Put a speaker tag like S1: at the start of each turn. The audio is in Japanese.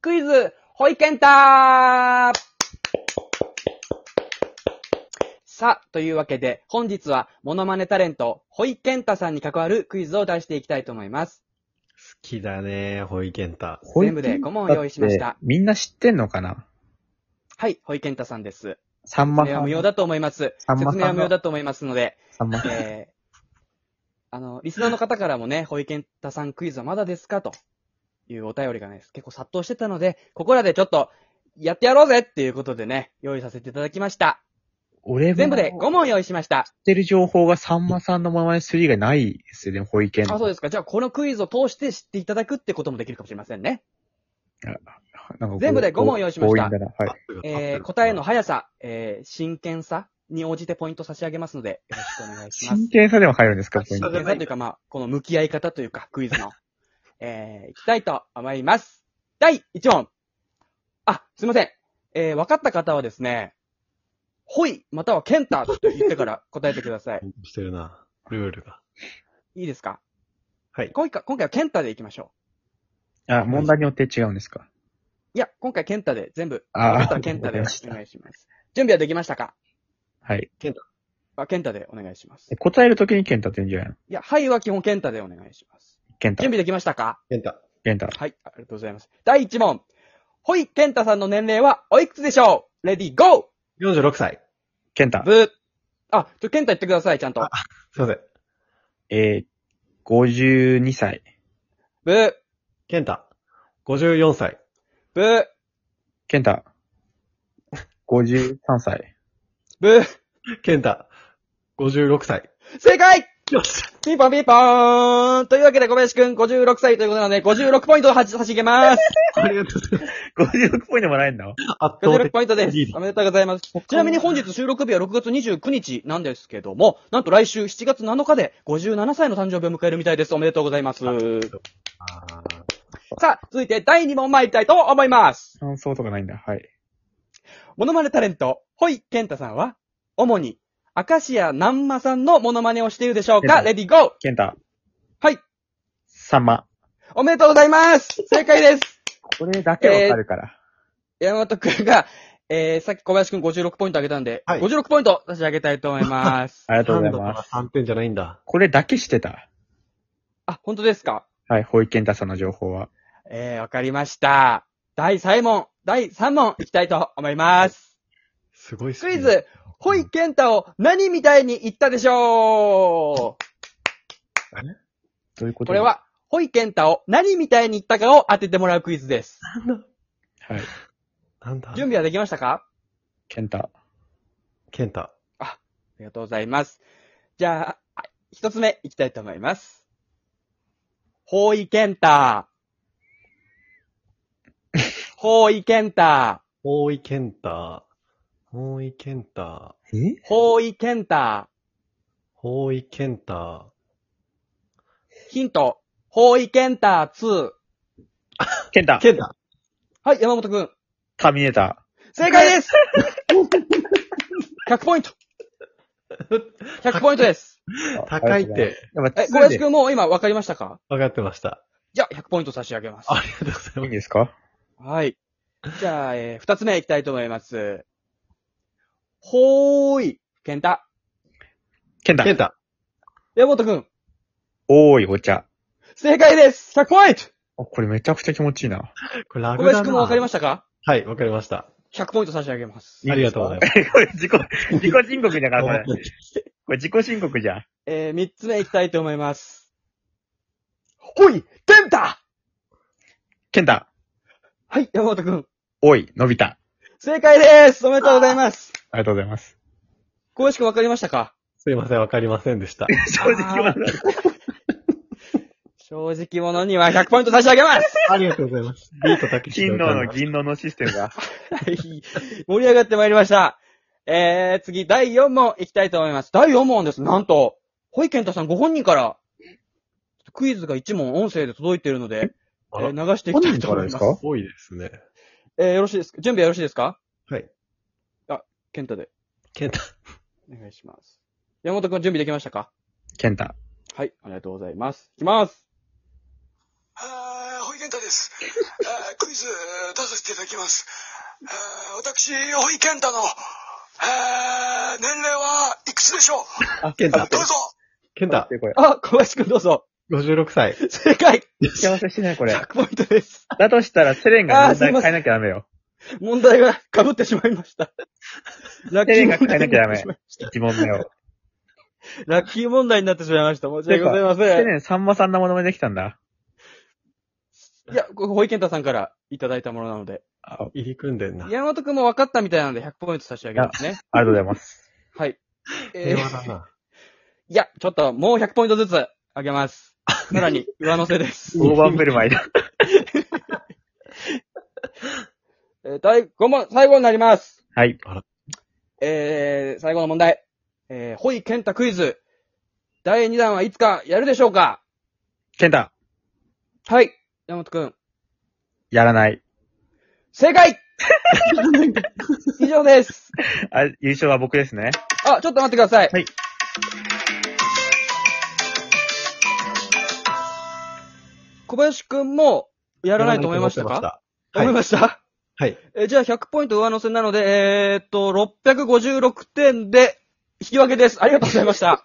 S1: クイズ、ほいけんたさあ、というわけで、本日は、モノマネタレント、ほいけんたさんに関わるクイズを出していきたいと思います。
S2: きだね、ほいけんた。
S1: 全部で5問用意しました。
S3: みんな知ってんのかな
S1: はい、ほいけんたさんです。
S3: さんま
S1: 説明
S3: さ
S1: は無
S3: ん。
S1: 用だと思います。
S3: さんまさん
S1: 説
S3: の
S1: 明は無用だと思いますので、
S3: さんまさん。
S1: えー、あの、リスナーの方からもね、ほいけんたさんクイズはまだですかというお便りがね、結構殺到してたので、ここらでちょっと、やってやろうぜっていうことでね、用意させていただきました。
S3: 俺も
S1: 全部で5問用意しました。
S3: 知ってる情報がさんまさんのままにする以外ないですよね、保育園。
S1: あ、そうですか。じゃあ、このクイズを通して知っていただくってこともできるかもしれませんね。
S3: なんかこう
S1: 全部で五問用意しました
S3: 強引だな
S2: 合っ
S3: は
S2: てる合って
S1: えー、
S2: る
S1: 答えの速さ、えー、真剣さに応じてポイント差し上げますので、よろしくお願い
S3: い。
S1: しま
S3: 真
S1: す。
S3: 剣さでも入るんですか、ポイン
S1: 真
S3: ト
S1: 剣さというか、まあ、この向き合い方というか、クイズの、えー、いきたいと思います。第1問。あ、すいません。えー、分かった方はですね、ほい、またはケンタと言ってから答えてください。
S2: してるな。ルールが。
S1: いいですか
S2: はい。
S1: 今回、今回はケンタでいきましょ
S3: あ、問題によって違うんですか
S1: う。いや、今回ケンタで全部、
S3: あー
S1: 分かったらケンタでお願
S3: わかりました
S1: いします。準備はできましたか
S3: はい。
S1: あ、ケンタでお願いします
S3: え。答えるときにケンタって言うんじゃないの
S1: いや、はいは基本ケンタでお願いします。
S3: ケンタ
S1: 準。備できましたか
S2: ケンタ。
S3: ケンタ。
S1: はい、ありがとうございます。第1問。ほい、ケンタさんの年齢はおいくつでしょうレディーゴ
S2: 46歳。
S3: ケンタ
S1: ー。ブー。あ、ちょ、ケンタ言ってください、ちゃんと。
S2: すいません。
S3: えー、52歳。
S1: ブー、
S2: ケンタ。54歳。
S1: ブー、
S3: ケ ンタ。53歳。
S1: ブー。
S2: ケンタ。56歳。
S1: 正解
S2: よっしゃ
S1: ピンポンピンポーンというわけで小林くん56歳ということなので56ポイントをはじ差し上げます。
S2: ありがとうございます。
S3: 56ポイントもないんだ。
S2: 圧倒
S1: 56
S2: 的。
S1: ポイントです
S2: リー。ド
S1: おめでとうございます。ちなみに本日収録日は6月29日なんですけども、なんと来週7月7日で57歳の誕生日を迎えるみたいです。おめでとうございます。
S2: あ
S1: さあ、続いて第2問参りたいと思います。
S3: 感想とかないんだ。はい。
S1: モノマネタレント、ほいけんたさんは、主に、明石家南馬さんのモノマネをしているでしょうか
S3: うん
S1: レディーゴー
S3: ケンタ。
S1: はい。
S3: さんま。
S1: おめでとうございます正解です
S3: これだけわかるから。
S1: 山本くんが、えー、さっき小林くん56ポイントあげたんで、
S2: はい
S1: 56ポイント差し上げたいと思います。
S3: ありがとう
S2: 3
S3: ござ
S2: 度
S3: い
S2: か
S3: ま
S2: ら
S3: す。
S2: 3点じゃないんだ。
S3: これだけしてた。
S1: あ、本当ですか
S3: はい、ホイケンタさんの情報は。
S1: えー、わかりました。第3問、第3問いきたいと思います。
S2: すごいス
S1: ク
S2: ピ
S1: イ
S2: ード。
S1: ズ、ほいけんたを何みたいに言ったでしょ
S3: どういうこ
S1: う
S3: と
S1: これ。は、ほいけんたを何みたいに言ったかを当ててもらうクイズです。
S3: はい。
S2: なんだ
S1: 準備はできましたか
S3: ケンタ。
S2: ケンタ。
S1: ありがとうございます。じゃあ、あ一つ目いきたいと思います。ほいけんた。ほいけんた。
S2: 大井ケンタ。大井ケンタ。
S3: え
S1: ほいけんた。
S2: 大井ケンタ。
S1: ヒント、ほいけんた2。
S3: ケンタ。
S2: ケンタ。
S1: はい、山本くん。
S3: ターミネータ
S1: 正解 です !100 ポイント !100 ポイント です。
S3: ー。
S2: 高いって。
S3: やっぱ
S1: え、
S3: 2
S1: 小林
S3: で
S1: くんもう今分かりましたか
S2: わかってました。
S1: じゃあ100ポイント差し上げます。
S2: ありがとうござい
S3: い
S2: ま
S3: いん
S2: す。
S3: ですか
S1: はい。じゃあ、えー、二つ目いきたいと思います。ほーい、ケンタ。
S3: ケンタ
S2: ケ。ンタ。
S1: 山本くん。
S3: おーい、お茶。
S1: 正解です !100 ポイント
S3: あこれめちゃくちゃ気持ちいいな。
S2: これラ
S1: 小
S2: グだな
S1: 林くんも分かりましたか
S2: はい、わかりました。
S1: ?100 ポイント差し上げます。
S2: ありがとうございます。
S3: これ自己、自己申告だから、これ。これ自己申告じゃん。
S1: えー、三つ目いきたいと思います。ほい、ケンタ
S3: ケンタ。
S1: はい、山本くん。
S3: おい、のび太。
S1: 正解ですおめでとうございます
S3: ありがとうございます。
S1: 小林くん分かりましたか
S2: すいません、わかりませんで した。
S3: 正直は。
S1: 正直者には100ポイント差し上げます
S2: ありがとうございます。ビートたけしで
S3: 金
S2: 歌い
S3: のの
S2: ました
S3: 銀ののシステムが。
S1: はい盛り上がってまいりました。えー、次、第4問いきたいと思います。第4問です。なんと、ほいけんたさんご本人から、クイズが1問音声で届いているので、え
S2: あら
S1: ー流していきたいと思います。
S3: 本人からです
S2: 多いですね。
S1: えー、よろしいですか準備はよろしいですか
S2: はい。
S1: ケンタで。
S2: ケンタ。
S1: お願いします。山本くん準備できましたか
S3: ケンタ。
S1: はい、ありがとうございます。いきます
S4: あー、ホイケンタです。あークイズズえー出させていただきます。えー私、大井健太の、えー年齢はいくつでしょう
S2: あ、ケンタ。
S4: どうぞ
S2: ケンタ
S3: 待っ、てこれ。
S1: あ、小林くんどうぞ。
S2: 56歳。
S1: 正解
S3: 幸せしない、これ。
S1: !100 ポイントです。
S3: だとしたら、セレンが
S1: あー
S3: 問
S1: すい
S3: 題
S1: ません
S3: 変えなきゃダメよ。
S1: 問題が被ってしまいま した。ラ
S3: テレビが変えなきゃ
S1: 問
S3: ダ
S1: 題になってし
S3: メ
S1: まいまし
S3: 一問 目を。
S1: たラッキー問題になってしまいました。申し訳ございませ
S3: セ
S1: ん。
S3: レン、さんまさんのものまねできたんだ。
S1: いや、これ、ホイケンタさんからいただいたものなので。
S2: あ、入り組んでんな。
S1: 山本くんも分かったみたいなので100ポイント差し上げますね。
S3: ありがとうございます。
S1: はい。え
S2: 平和
S1: ー、
S2: だな。
S1: いや、ちょっともう100ポイントずつあげます。さ らに上乗せです。
S3: 大盤振る舞いだ。
S1: えー第5問、最後になります。
S3: はい。
S1: えー、最後の問題。えー、ホイケンタクイズ。第2弾はいつかやるでしょうか
S3: ケンタ、
S1: はい。山本くん。
S3: やらない。
S1: 正 解以上です。
S3: あ、優勝は僕ですね。
S1: あ、ちょっと待ってください。
S3: はい。
S1: 小林くんも、やらないと思いましたか
S2: やら
S1: 思い
S2: な
S1: ま
S2: いと思ってま
S1: した
S2: したはい。
S1: えー、じゃあ100ポイント上乗せなので、えー、っと、656点で、引き分けです。ありがとうございました。